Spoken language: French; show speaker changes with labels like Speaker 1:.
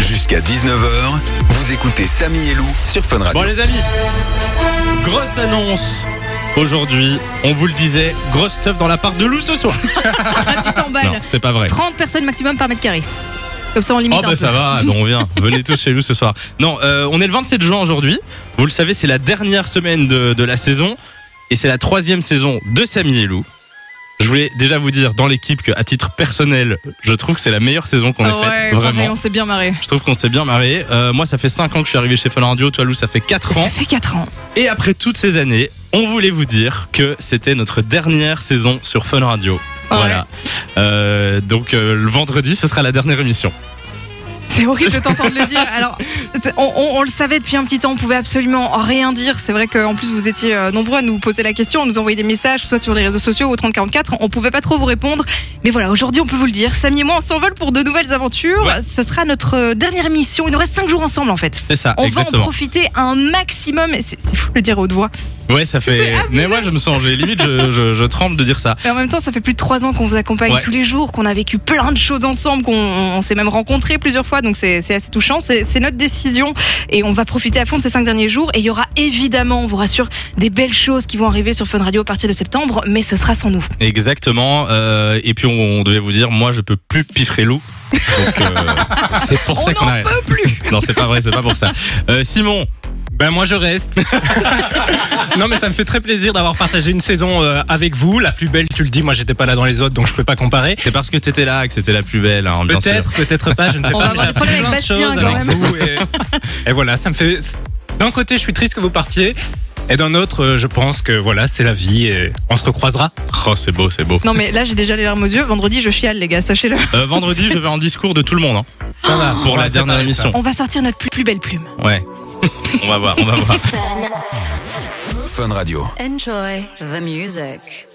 Speaker 1: Jusqu'à 19h, vous écoutez Samy et Lou sur Fun Radio.
Speaker 2: Bon les amis, grosse annonce aujourd'hui. On vous le disait, grosse stuff dans la part de Lou ce soir.
Speaker 3: Ah, tu
Speaker 2: Non,
Speaker 3: t'emballes.
Speaker 2: c'est pas vrai.
Speaker 3: 30 personnes maximum par mètre carré. Comme ça, on limite
Speaker 2: Oh bah
Speaker 3: un peu.
Speaker 2: ça va, bon, on vient. Venez tous chez Lou ce soir. Non, euh, on est le 27 juin aujourd'hui. Vous le savez, c'est la dernière semaine de, de la saison et c'est la troisième saison de Samy et Lou. Je voulais déjà vous dire dans l'équipe que, à titre personnel, je trouve que c'est la meilleure saison qu'on ait
Speaker 3: Ah ouais,
Speaker 2: faite.
Speaker 3: pareil,
Speaker 2: Vraiment.
Speaker 3: on s'est bien marré.
Speaker 2: Je trouve qu'on s'est bien marré. Euh, moi, ça fait 5 ans que je suis arrivé chez Fun Radio. Toi, Lou, ça fait 4 ans.
Speaker 3: Ça fait 4 ans.
Speaker 2: Et après toutes ces années, on voulait vous dire que c'était notre dernière saison sur Fun Radio.
Speaker 3: Ah
Speaker 2: Voilà. Euh, donc euh, le vendredi, ce sera la dernière émission.
Speaker 3: C'est horrible de t'entendre le dire. Alors, c'est- on, on- on le savait depuis un petit temps, on pouvait absolument rien dire. C'est vrai qu'en plus, vous étiez euh, nombreux à nous poser la question, à nous envoyer des messages, soit sur les réseaux sociaux ou au 3044. On pouvait pas trop vous répondre. Mais voilà, aujourd'hui, on peut vous le dire. Samy et moi, on s'envole pour de nouvelles aventures.
Speaker 2: Ouais.
Speaker 3: Ce sera notre euh, dernière mission. Il nous reste 5 jours ensemble, en fait.
Speaker 2: C'est ça,
Speaker 3: On va en
Speaker 2: exactement.
Speaker 3: profiter un maximum. Et C'est c'est fou de le dire haute voix.
Speaker 2: Ouais, ça fait. Mais moi, je me sens, j'ai limite, je, je- je tremble de dire ça.
Speaker 3: Mais en même temps, ça fait plus de trois ans qu'on vous accompagne
Speaker 2: Ouais.
Speaker 3: tous les jours, qu'on a vécu plein de choses ensemble, qu'on on s'est même rencontrés plusieurs fois, donc c'est c'est assez touchant. C'est c'est notre décision et on va profiter à fond de ces cinq derniers jours. Et il y aura évidemment, on vous rassure, des belles choses qui vont arriver sur Fun Radio à partir de septembre, mais ce sera sans nous.
Speaker 2: Exactement. euh, et puis on, on devait vous dire, moi, je peux plus piffrer loup. Donc euh, c'est pour ça
Speaker 3: On
Speaker 2: qu'on
Speaker 3: n'en
Speaker 2: arrête. Non, c'est pas vrai, c'est pas pour ça. Euh, Simon.
Speaker 4: Ben moi je reste. non mais ça me fait très plaisir d'avoir partagé une saison euh, avec vous, la plus belle tu le dis, moi j'étais pas là dans les autres donc je peux pas comparer.
Speaker 2: C'est parce que t'étais là que c'était la plus belle, hein, bien sûr.
Speaker 4: Peut-être, peut-être pas, je ne sais
Speaker 3: On
Speaker 4: pas.
Speaker 3: va
Speaker 4: mais
Speaker 3: avoir
Speaker 4: j'ai
Speaker 3: des problèmes
Speaker 4: appris
Speaker 3: avec
Speaker 4: plein de
Speaker 3: Bastien,
Speaker 4: choses
Speaker 3: quand
Speaker 4: avec vous, et, et voilà, ça me fait. D'un côté je suis triste que vous partiez. Et d'un autre, euh, je pense que voilà, c'est la vie et on se recroisera.
Speaker 2: Oh, c'est beau, c'est beau.
Speaker 3: Non, mais là, j'ai déjà les larmes aux yeux. Vendredi, je chiale, les gars, sachez-le.
Speaker 2: Euh, vendredi, je vais en discours de tout le monde. hein,
Speaker 4: Ça va.
Speaker 2: pour la dernière émission.
Speaker 3: On va sortir notre plus, plus belle plume.
Speaker 2: Ouais. on va voir, on va voir.
Speaker 1: Fun Radio.
Speaker 5: Enjoy the music.